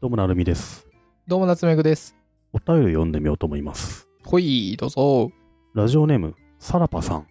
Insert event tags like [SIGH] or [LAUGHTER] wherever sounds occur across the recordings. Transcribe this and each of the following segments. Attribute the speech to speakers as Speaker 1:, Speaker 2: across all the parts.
Speaker 1: どうもなるみです。
Speaker 2: どうも、夏目くです。
Speaker 1: お便り読んでみようと思います。
Speaker 2: ほい、どうぞ。
Speaker 1: ラジオネーム、サラパさん。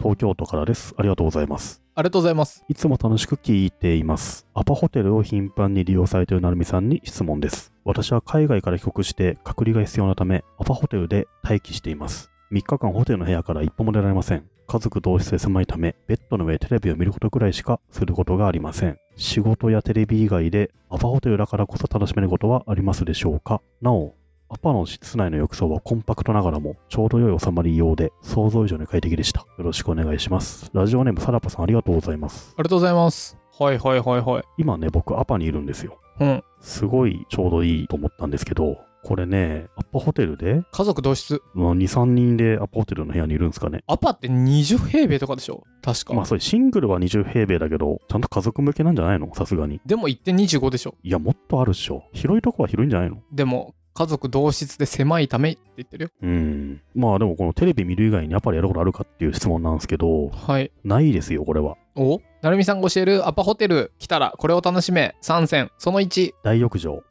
Speaker 1: 東京都からです。ありがとうございます。
Speaker 2: ありがとうございます。
Speaker 1: いつも楽しく聞いています。アパホテルを頻繁に利用されているなるみさんに質問です。私は海外から帰国して隔離が必要なため、アパホテルで待機しています。3日間ホテルの部屋から一歩も出られません。家族同室で狭いため、ベッドの上でテレビを見ることくらいしかすることがありません。仕事やテレビ以外で、アパホテルだからこそ楽しめることはありますでしょうかなお、アパの室内の浴槽はコンパクトながらもちょうど良い収まりようで想像以上に快適でした。よろしくお願いします。ラジオネームサラパさんありがとうございます。
Speaker 2: ありがとうございます。はいはいはいはい。
Speaker 1: 今ね、僕、アパにいるんですよ。
Speaker 2: うん。
Speaker 1: すごいちょうどいいと思ったんですけど、これね、アパホテルで、
Speaker 2: 家族同室。
Speaker 1: まあ2、3人でアパホテルの部屋にいるんですかね。
Speaker 2: アパって20平米とかでしょ確か。
Speaker 1: まあ、そういうシングルは20平米だけど、ちゃんと家族向けなんじゃないのさすがに。
Speaker 2: でも1.25でしょ
Speaker 1: いや、もっとあるっしょ。広いとこは広いんじゃないの
Speaker 2: でも、家族同室で狭いためって言ってるよ。
Speaker 1: うん。まあ、でもこのテレビ見る以外にアパでやることあるかっていう質問なんですけど、
Speaker 2: はい。
Speaker 1: ないですよ、これは。
Speaker 2: おなるみさんが教えるアパホテル来たらこれを楽しめ参戦その1
Speaker 1: 大浴場。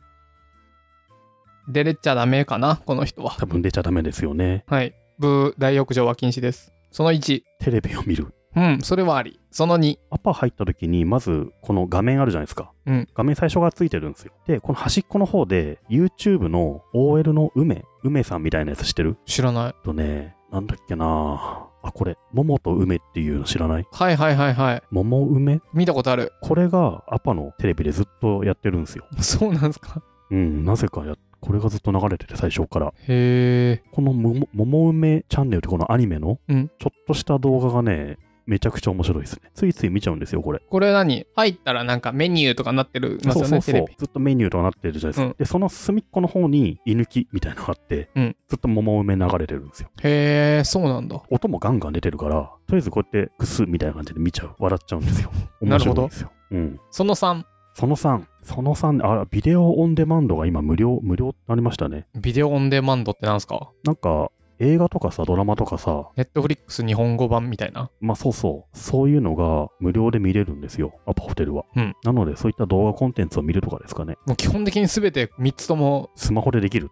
Speaker 2: 出れちゃダメかなこの人は
Speaker 1: 多分出ちゃダメですよね。
Speaker 2: はいブー大浴場は禁止ですその1
Speaker 1: テレビを見る。
Speaker 2: うんそれはありその2
Speaker 1: アパ入った時にまずこの画面あるじゃないですか、
Speaker 2: うん
Speaker 1: 画面最初がついてるんですよでこの端っこの方で YouTube の OL の梅梅さんみたいなやつ知ってる
Speaker 2: 知らない
Speaker 1: とねなんだっけなあこれ桃と梅っていうの知らない
Speaker 2: はいはいはいはい
Speaker 1: 桃梅
Speaker 2: 見たことある
Speaker 1: これがアパのテレビでずっとやってるんですよ
Speaker 2: [LAUGHS] そうなんですか
Speaker 1: うんなぜかやこれがずっと流れてて最初から
Speaker 2: へえ
Speaker 1: この桃桃梅チャンネルってこのアニメの
Speaker 2: うん
Speaker 1: ちょっとした動画がねめちゃくちゃ面白いですねついつい見ちゃうんですよこれ
Speaker 2: これ何入ったらなんかメニューとかなってるま
Speaker 1: そ
Speaker 2: す
Speaker 1: う
Speaker 2: よ
Speaker 1: そう
Speaker 2: ね
Speaker 1: そ
Speaker 2: テ
Speaker 1: う
Speaker 2: レビ
Speaker 1: ずっとメニューとかなってるじゃないですか、
Speaker 2: うん
Speaker 1: でその隅っこの方に居抜きみたいなのがあって、
Speaker 2: うん
Speaker 1: ずっと桃梅流れてるんですよ
Speaker 2: へえそうなんだ
Speaker 1: 音もガンガン出てるからとりあえずこうやってクスみたいな感じで見ちゃう笑っちゃうんですよ
Speaker 2: [LAUGHS] な
Speaker 1: 面
Speaker 2: る
Speaker 1: 白
Speaker 2: ほ
Speaker 1: い
Speaker 2: ど
Speaker 1: んですよ、うん、
Speaker 2: その3
Speaker 1: その3その3あビデオオンデマンドが今無料無料になりましたね
Speaker 2: ビデオオンデマンドってなんすか
Speaker 1: なんか映画とかさドラマとかさ
Speaker 2: ネットフリックス日本語版みたいな
Speaker 1: まあそうそうそういうのが無料で見れるんですよアパホテルは、
Speaker 2: うん
Speaker 1: なのでそういった動画コンテンツを見るとかですかね
Speaker 2: もう基本的に全て3つとも
Speaker 1: スマホでできる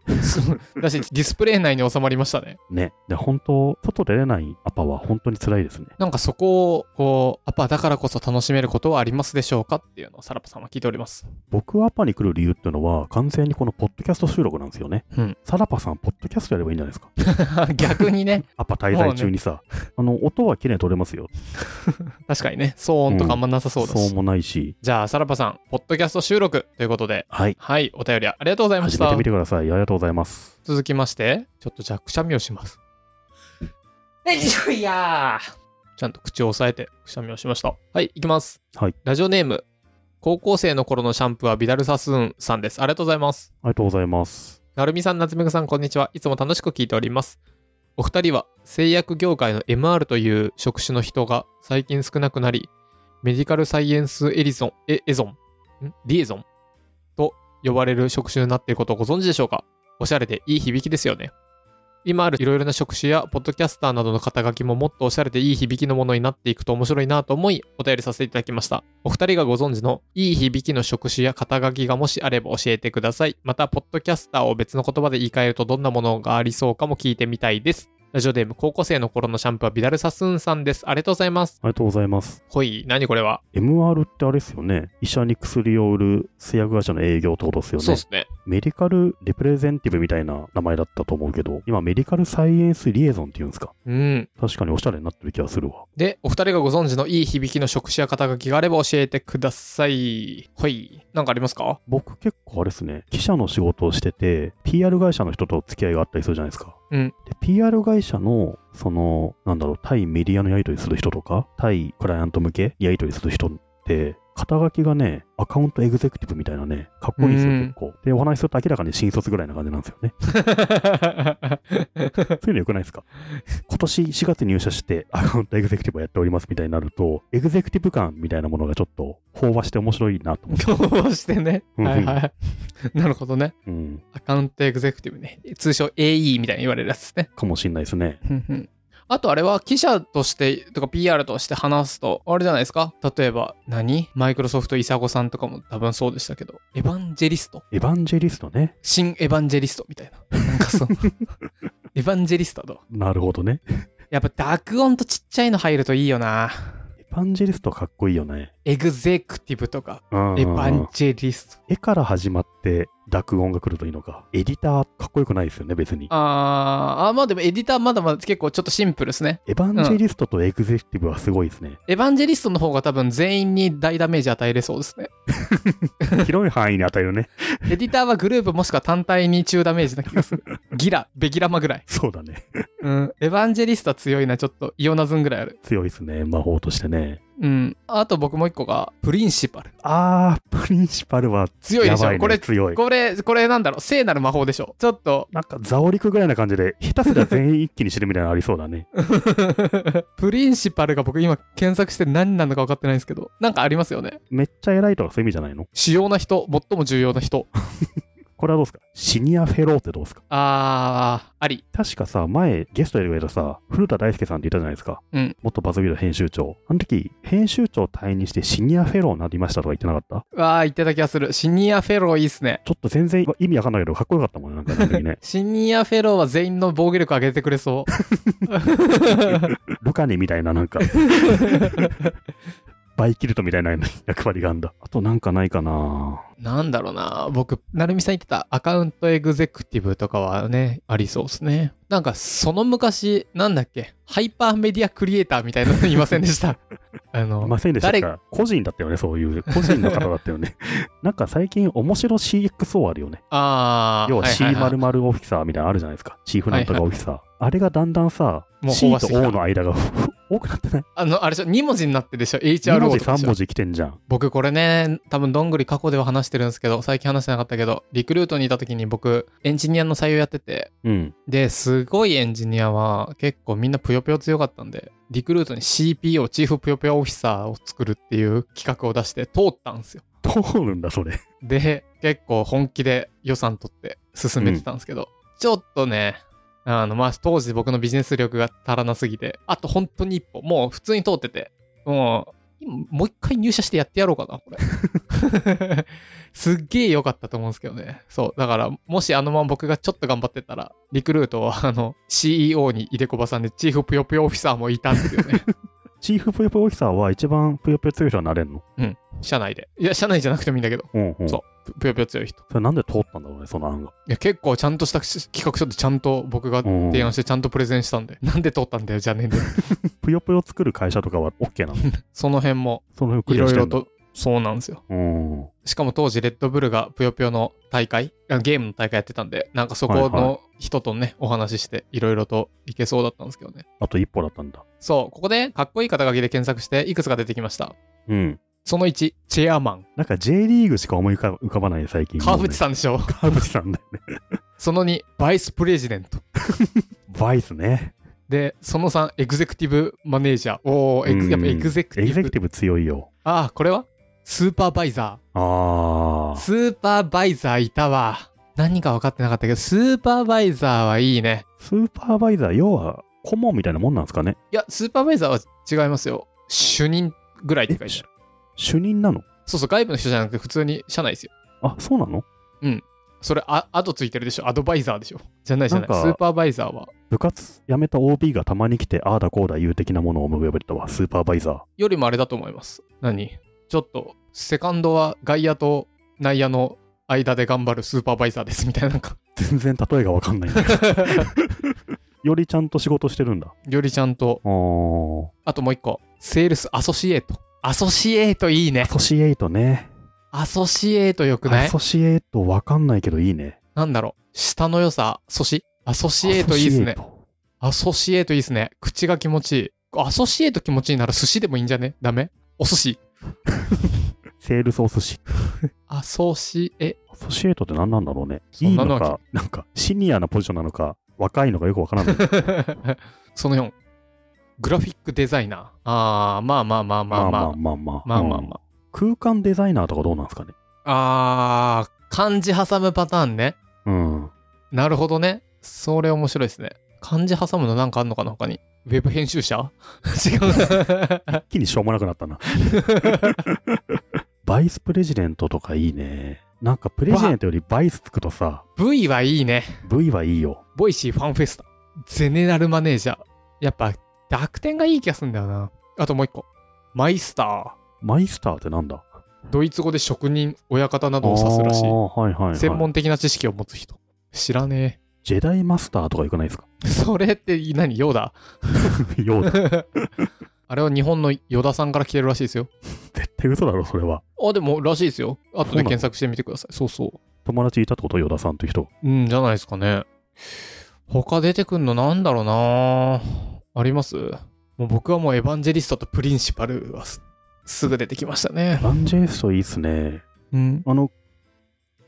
Speaker 1: [LAUGHS]
Speaker 2: だしディスプレイ内に収まりましたね
Speaker 1: ねで本当外出れないアパは本当に辛いですね
Speaker 2: なんかそこをこうアパだからこそ楽しめることはありますでしょうかっていうのをサラパさんは聞いております [LAUGHS]
Speaker 1: 僕はアパに来る理由っていうのは完全にこのポッドキャスト収録なんですよね、
Speaker 2: うん
Speaker 1: サラパさんポッドキャストやればいいんじゃないですか
Speaker 2: 逆にね
Speaker 1: アパ滞在中に
Speaker 2: [LAUGHS]
Speaker 1: さ、あの音は綺麗に取れますよ
Speaker 2: 確かにね騒音とかあんまなさそうだし、
Speaker 1: もないし
Speaker 2: じゃあサラパさんポッドキャスト収録ということで
Speaker 1: はい
Speaker 2: はいお便りありがとうございまし
Speaker 1: 始
Speaker 2: た
Speaker 1: めてみてくださいありがとうございます
Speaker 2: 続きまして、ちょっとじゃあくしゃみをします。いやちゃんと口を押さえてくしゃみをしました。はい、いきます。
Speaker 1: はい。
Speaker 2: ラジオネーム、高校生の頃のシャンプーはビダルサスーンさんです。ありがとうございます。
Speaker 1: ありがとうございます
Speaker 2: なるみさん、なつめぐさん、こんにちは。いつも楽しく聞いております。お二人は製薬業界の MR という職種の人が最近少なくなり、メディカルサイエンスエリゾン、え、エゾン、んリエゾンと呼ばれる職種になっていることをご存知でしょうかおしゃれでいい響きですよね。今あるいろいろな職種やポッドキャスターなどの肩書きももっとおしゃれでいい響きのものになっていくと面白いなと思いお便りさせていただきました。お二人がご存知のいい響きの職種や肩書きがもしあれば教えてください。また、ポッドキャスターを別の言葉で言い換えるとどんなものがありそうかも聞いてみたいです。ラジオネーム高校生の頃のシャンプーはビダルサスーンさんです。ありがとうございます。
Speaker 1: ありがとうございます
Speaker 2: ほい、何これは、
Speaker 1: MR ってあれですよね医者に薬を売る製薬会社の営業ってことですよね
Speaker 2: そうですね。
Speaker 1: メディカルレプレゼンティブみたいな名前だったと思うけど今メディカルサイエンスリエゾンっていうんですか
Speaker 2: うん。
Speaker 1: 確かにおしゃれになってる気がするわ
Speaker 2: で、お二人がご存知のいい響きの職種や肩書きがあれば教えてください。ほい、何かありますか
Speaker 1: 僕結構あれですね記者の仕事をしてて PR 会社の人と付き合いがあったりするじゃないですか、
Speaker 2: うん
Speaker 1: で PR 会社のそのなんだろう対メディアのやり取りする人とか対クライアント向けやり取りする人って肩書きがねアカウントエグゼクティブみたいなねかっこいいんですよ
Speaker 2: うん
Speaker 1: 結構でお話しすると明らかに新卒ぐらいな感じなんですよねそういうのよくないですか今年4月入社してアカウントエグゼクティブをやっておりますみたいになるとエグゼクティブ感みたいなものがちょっと飽和して面白いなと思って、
Speaker 2: [LAUGHS] どうしてね。
Speaker 1: うん
Speaker 2: はいはい。なるほどね。
Speaker 1: うん、
Speaker 2: アカウントエグゼクティブね。通称 AE みたいに言われるやつですね。
Speaker 1: かもしんないですね
Speaker 2: ふんふんあとあれは記者としてとか PR として話すとあれじゃないですか例えば何マイクロソフトイサゴさんとかも多分そうでしたけどエヴァンジェリスト
Speaker 1: エヴァンジェリストね。
Speaker 2: 新エヴァンジェリストみたいななんか
Speaker 1: [LAUGHS]
Speaker 2: そうエヴァンジェリストだと
Speaker 1: なるほどね。
Speaker 2: やっぱ濁音とちっちゃいの入るといいよな
Speaker 1: エヴァンジェリストかっこいいよね。
Speaker 2: エグゼクティブとか
Speaker 1: うんうんうん
Speaker 2: エヴァンジェリスト
Speaker 1: 絵から始まって濁音が来るといいのか。エディターかっこよくないですよね、別に。
Speaker 2: あーあーまあでもエディターまだまだ結構ちょっとシンプルですね
Speaker 1: エヴァンジェリストとエグゼクティブはすごいですね。
Speaker 2: エヴァンジェリストの方が多分全員に大ダメージ与えれそう [LAUGHS] ですね
Speaker 1: 広い範囲に与えるね。
Speaker 2: エディターはグループもしくは単体に中ダメージな気がす [LAUGHS] る。ギラ、ベギラマぐらい。
Speaker 1: そうだね。
Speaker 2: うん。エヴァンジェリストは強いな、ちょっと。イオナズンぐらいある。
Speaker 1: 強いですね、魔法としてね。
Speaker 2: うん。あと僕もう一個が、プリンシパル。
Speaker 1: あー、プリンシパルは
Speaker 2: 強いでしょ、
Speaker 1: ね、
Speaker 2: これ、
Speaker 1: 強い。、
Speaker 2: これ、これなんだろう、聖なる魔法でしょ。ちょっと
Speaker 1: なんか、ザオリクぐらいな感じで、下手すりゃ全員一気に死ぬみたいなのありそうだね。
Speaker 2: [LAUGHS] プリンシパルが僕今検索して何なのか分かってないんですけど、なんかありますよね。
Speaker 1: めっちゃ偉いとかそういう意味じゃないの
Speaker 2: 主要な人、最も重要な人。
Speaker 1: これはどうですかシニアフェローってどうですか
Speaker 2: あー、あり。
Speaker 1: 確かさ、前、ゲストで言われたさ、古田大輔さんって言ったじゃないですか。
Speaker 2: うん
Speaker 1: 元バズビード編集長。あの時、編集長退任してシニアフェローになりましたとか言ってなかった
Speaker 2: わー、言ってた気がする。シニアフェローいいっすね。。
Speaker 1: ちょっと全然意味わかんないけど、かっこよかったもんね、なんかあの時ね
Speaker 2: [LAUGHS] シニアフェローは全員の防御力上げてくれそう。
Speaker 1: ルカネみたいな、なん
Speaker 2: [LAUGHS]
Speaker 1: か、バイキルトみたいな役割があんだ。あとなんかないかな
Speaker 2: [LAUGHS] なんだろうな僕なるみさん言ってたアカウントエグゼクティブとかはねありそうですねなんかその昔なんだっけハイパーメディアクリエイターみたいなのいませんでした [LAUGHS] あの
Speaker 1: いませんでした
Speaker 2: 誰
Speaker 1: か個人だったよね、そういう。個人の方だったよ
Speaker 2: [LAUGHS]
Speaker 1: ね。なんか最近、面白 CXO あるよね。
Speaker 2: ああ
Speaker 1: 要は C
Speaker 2: いい
Speaker 1: 〇
Speaker 2: い
Speaker 1: 〇オフィサーみたいなのあるじゃないですか。チーフなんとかオフィサー。あれがだんだんさ、
Speaker 2: もう飽
Speaker 1: C
Speaker 2: 和
Speaker 1: と
Speaker 2: してきた
Speaker 1: O の間が多くなってない
Speaker 2: あのあれでしょ2文字になってるでしょ
Speaker 1: ?2
Speaker 2: HRO
Speaker 1: 文
Speaker 2: と
Speaker 1: 字
Speaker 2: かでし
Speaker 1: 3文
Speaker 2: ょ
Speaker 1: 字来てんじゃん。
Speaker 2: 僕これね多分どんぐり過去では話してるんですけど最近話してなかったけどリクルートにいた時に僕エンジニアの採用やってて
Speaker 1: うん。
Speaker 2: ですごいエンジニアは結構みんなぷよぷよ強かったんでリクルートに CPO チーフぷよぷよオフィサーを作るっていう企画を出して通ったんですよ
Speaker 1: 通るんだ、それ。
Speaker 2: で結構本気で予算取って進めてたんですけど、ちょっとねあのまあ当時僕のビジネス力が足らなすぎてあと本当に一歩もう普通に通っててもう今もう一回入社してやってやろうかなこれすっげえ良かったと思うんですけどねそうだからもしあのまま僕がちょっと頑張ってたらリクルートはあの CEO にいでこばさんでチーフぷよぷよオフィサーもいたんですよね
Speaker 1: チーフぷよぷよオフィサーは一番ぷよぷよ強い人になれんの
Speaker 2: 社内でいや社内じゃなくてもいいんだけど
Speaker 1: うんうん。
Speaker 2: そうぷぷよぷよ強い人
Speaker 1: それなんで通ったんだろうね、その案が。
Speaker 2: いや結構ちゃんとした企画書でちゃんと僕が提案してちゃんとプレゼンしたんで、 [LAUGHS] なんで通ったんだよじゃねえ
Speaker 1: [LAUGHS]
Speaker 2: んだよ
Speaker 1: ぷよぷよ作る会社とかは OK なの
Speaker 2: [LAUGHS] その辺も
Speaker 1: その辺ク
Speaker 2: い
Speaker 1: リア
Speaker 2: ろ
Speaker 1: し
Speaker 2: い
Speaker 1: て
Speaker 2: ろ
Speaker 1: んだ。
Speaker 2: とそうなんですよ
Speaker 1: うん。
Speaker 2: しかも当時レッドブルがぷよぷよの大会あゲームの大会やってたんでなんかそこ
Speaker 1: はいは
Speaker 2: の人とね、お話ししていろいろといけそうだったんですけどね
Speaker 1: あと一歩だったんだ。
Speaker 2: そうここでかっこいい肩書きで検索していくつか出てきました
Speaker 1: うん。
Speaker 2: その1チェアマン
Speaker 1: なんか J リーグしか思い浮か浮かばないね最近。
Speaker 2: 川淵さんでしょ
Speaker 1: ん。川淵さんだよね。
Speaker 2: [LAUGHS] その2バイスプレジデント
Speaker 1: [LAUGHS] バイスね。
Speaker 2: でその3エグゼクティブマネージャーおおや
Speaker 1: うん
Speaker 2: っぱエグゼクテ
Speaker 1: エグ
Speaker 2: ィ
Speaker 1: ゼ
Speaker 2: ブ
Speaker 1: クティブ強いよ。
Speaker 2: ああ、これはスーパーバイザ
Speaker 1: あ
Speaker 2: ー。
Speaker 1: ー。
Speaker 2: スーパーバイザーいたわ。何か分かってなかったけど、スーパーバイザーはいいね。
Speaker 1: スーパーバイザー、要は顧問みたいなもんなんですかね。
Speaker 2: いや、スーパーバイザーは違いますよ。主任ぐらいって書いてある。
Speaker 1: 主任なの
Speaker 2: そうそう、外部の人じゃなくて普通に社内ですよ。
Speaker 1: あ、そうなの
Speaker 2: それ、あ、アドついてるでしょ。アドバイザーでしょ。じゃないじゃない。ス
Speaker 1: なんか
Speaker 2: ーパーバイザーは。
Speaker 1: 部活辞めた OB がたまに来て、ああだこうだ言う的なものを呼べたわ、スーパーバイザー。
Speaker 2: よりもあれだと思います。何ちょっと、セカンドは外野と内野の間で頑張るスーパーバイザーですみたいな、なんか。
Speaker 1: 全然例えがわかんないん
Speaker 2: [LAUGHS]
Speaker 1: だけど。よりちゃんと仕事してるんだ。
Speaker 2: よりちゃんと、
Speaker 1: あー。
Speaker 2: あともう一個、セールスアソシエイト。アソシエイトいいね
Speaker 1: ア。ソシエイトね。
Speaker 2: アソシエイトよくな
Speaker 1: ア
Speaker 2: い
Speaker 1: ソシエイトわかんないけどいいね。
Speaker 2: なんだろう。下の良さ、ソシアソシエイトいいです
Speaker 1: アソシエイ。
Speaker 2: ね
Speaker 1: ト
Speaker 2: アソシエイトいいですね。口が気持ちいい。アソシエイト気持ちいいなら寿司でもいいんじゃねダメお寿司。
Speaker 1: セールスお寿司。
Speaker 2: アソシエ、
Speaker 1: アソシエイトって何なんだろうね。
Speaker 2: そ
Speaker 1: い
Speaker 2: ん
Speaker 1: い
Speaker 2: なの
Speaker 1: の
Speaker 2: は
Speaker 1: か、なんかシニアなポジションなのか、若いのかよくわからない。
Speaker 2: [LAUGHS] その4。グラフィックデザイナー。あー、まあまあま [LAUGHS] あまあまあ。
Speaker 1: まあまあ
Speaker 2: まあまあ
Speaker 1: うん
Speaker 2: ま
Speaker 1: 空間デザイナーとかどうなんですかね。
Speaker 2: あ。あー、漢字挟むパターンね。
Speaker 1: うん。 [LAUGHS]
Speaker 2: なるほどね。それ面白いですね。漢字挟むのなんかあんのかな他に。ウェブ編集者 [LAUGHS] 違う。 [LAUGHS]
Speaker 1: 一気にしょうもなくなったな。バイスプレジデントとかいいね。なんかプレジデントよりバイスつくとさ、
Speaker 2: V はいいね。
Speaker 1: V はいいよ。
Speaker 2: ボイシーファンフェスタ。ゼネラルマネージャー。やっぱ、濁点がいい気がするんだよな。あともう一個。マイスタ
Speaker 1: マイスターってなんだ
Speaker 2: ー。ドイツ語で職人、親方などを指すらし
Speaker 1: あ
Speaker 2: い。
Speaker 1: ーはいはい、はい。
Speaker 2: 専門的な知識を持つ人。知らね
Speaker 1: ジェダイマスターとかいかないですか [LAUGHS]
Speaker 2: え。 [LAUGHS] それって何ヨダ [LAUGHS]
Speaker 1: ようだ。
Speaker 2: あれは日本のヨダさんから来てるらしいですよ。
Speaker 1: 絶対嘘だろ、それは。
Speaker 2: あ、でも、らしいですよ。
Speaker 1: そ
Speaker 2: 後
Speaker 1: う
Speaker 2: で
Speaker 1: なの
Speaker 2: 検索してみてください。そうそう。
Speaker 1: 友達いたってことよ、田さんという人。
Speaker 2: うん、じゃないですかね。他出てくんのなんだろうなありますもう僕はもうエヴァンジェリストとプリンシパルはすすぐ出てきましたね。
Speaker 1: バンジェリストいいっすね。
Speaker 2: うん。
Speaker 1: あの、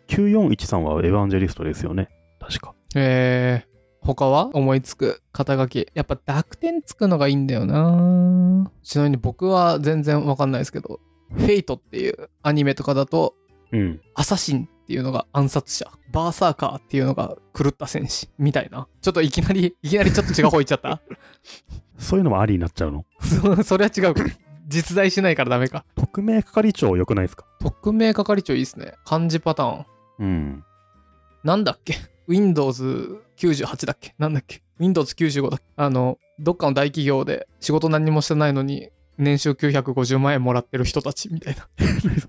Speaker 1: 9413はエヴァンジェリストですよね。確か。
Speaker 2: えー、他は思いつく肩書き。やっぱ濁点つくのがいいんだよなちなみに僕は全然わかんないですけど、フェイトっていうアニメとかだと、
Speaker 1: うん。
Speaker 2: アサシンっていうのが暗殺者、バーサーカーっていうのが狂った戦士みたいな。ちょっといきなり、いきなりちょっと違う方行っちゃった。
Speaker 1: そういうのもありになっちゃうの。
Speaker 2: [LAUGHS] そそれは違うか。実在しないからダメか。
Speaker 1: 匿名係長良くないですか
Speaker 2: 匿名係長いいっすね。漢字パターン。
Speaker 1: [LAUGHS] うん。
Speaker 2: なんだっけ ?Windows98 だっけなんだっけ ?Windows95 だっけあの、どっかの大企業で仕事何もしてないのに、年収950万円もらってる人たちみたいな。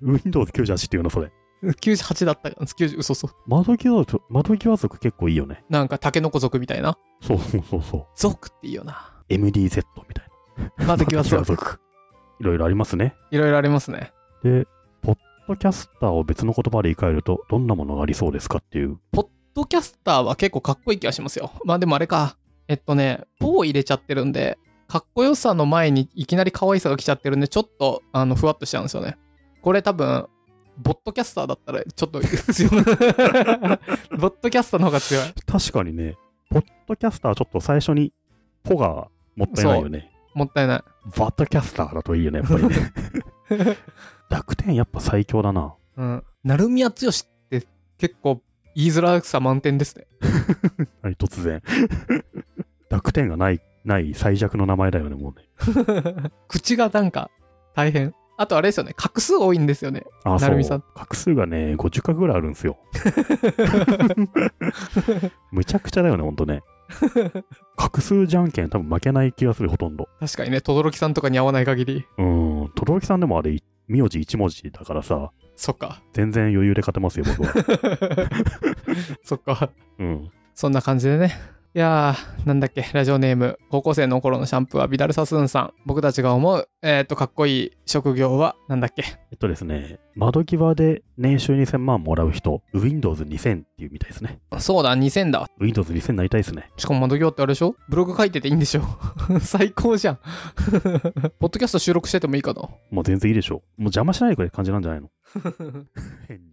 Speaker 1: Windows 98っていうの、それ。
Speaker 2: 98だったかな [LAUGHS] ?90、嘘そう。
Speaker 1: 窓際族、窓際族結構いいよね。
Speaker 2: なんか、タケノコ族みたいな。
Speaker 1: そうそうそうそう。
Speaker 2: 族っていいよな。
Speaker 1: MDZ みたい
Speaker 2: また
Speaker 1: な。
Speaker 2: 来ま
Speaker 1: [LAUGHS]
Speaker 2: す
Speaker 1: 窓際族。いろいろありますね。
Speaker 2: いろいろありますね。
Speaker 1: で、ポッドキャスターを別の言葉で言い換えると、どんなものがありそうですかっていう。
Speaker 2: ポッドキャスターは結構かっこいい気がしますよ。まあでもあれか。えっとね、ポを入れちゃってるんで、かっこよさの前にいきなり可愛さが来ちゃってるんで、ちょっとあのふわっとしちゃうんですよね。これ多分、ボットキャスターだったらちょっと [LAUGHS] 強い。ボットキャスターの方が強い。
Speaker 1: 確かにね、ポッドキャスターはちょっと最初に、ポがもったいないよね。
Speaker 2: もったいない。
Speaker 1: バッドキャスターだといいよね、やっぱり [LAUGHS] ね。濁点やっぱ最強だな。
Speaker 2: うん。成宮剛って結構言いづらさ満点ですね。
Speaker 1: はい、突然。濁点がない、ない最弱の名前だよね、もうね。
Speaker 2: 口がなんか大変。あとあれですよね、画数多いんですよね。
Speaker 1: あ、そ
Speaker 2: なる
Speaker 1: う。
Speaker 2: みさん
Speaker 1: 画数がね、50画ぐらいあるん
Speaker 2: [LAUGHS]
Speaker 1: ですよ。むちゃくちゃだよね、ほんとね。画数じゃんけん多分負けない気がする、ほとんど。
Speaker 2: 確かにね、轟さんとかに合わない限り。
Speaker 1: うん、轟さんでもあれ、名字1文字だからさ、
Speaker 2: そっか。
Speaker 1: 全然余裕で勝てますよ、僕
Speaker 2: [LAUGHS]
Speaker 1: は。
Speaker 2: そっか。
Speaker 1: うん。
Speaker 2: そんな感じでね。いやー、なんだっけ、ラジオネーム、高校生の頃のシャンプーはビダルサスーンさん。僕たちが思う、えっ、と、かっこいい職業は、なんだっけ。
Speaker 1: えっとですね、窓際で年収2000万もらう人、Windows2000 っていうみたいですね。
Speaker 2: そうだ、2000だ。
Speaker 1: Windows2000 になりたいですね。
Speaker 2: しかも窓際ってあれでしょブログ書いてていいんでしょ [LAUGHS] 最高じゃん。 [LAUGHS] ポッドキャスト収録しててもいいかな。 [LAUGHS]
Speaker 1: もう全然いいでしょう。もう邪魔しないでくれる感じなんじゃないの変に。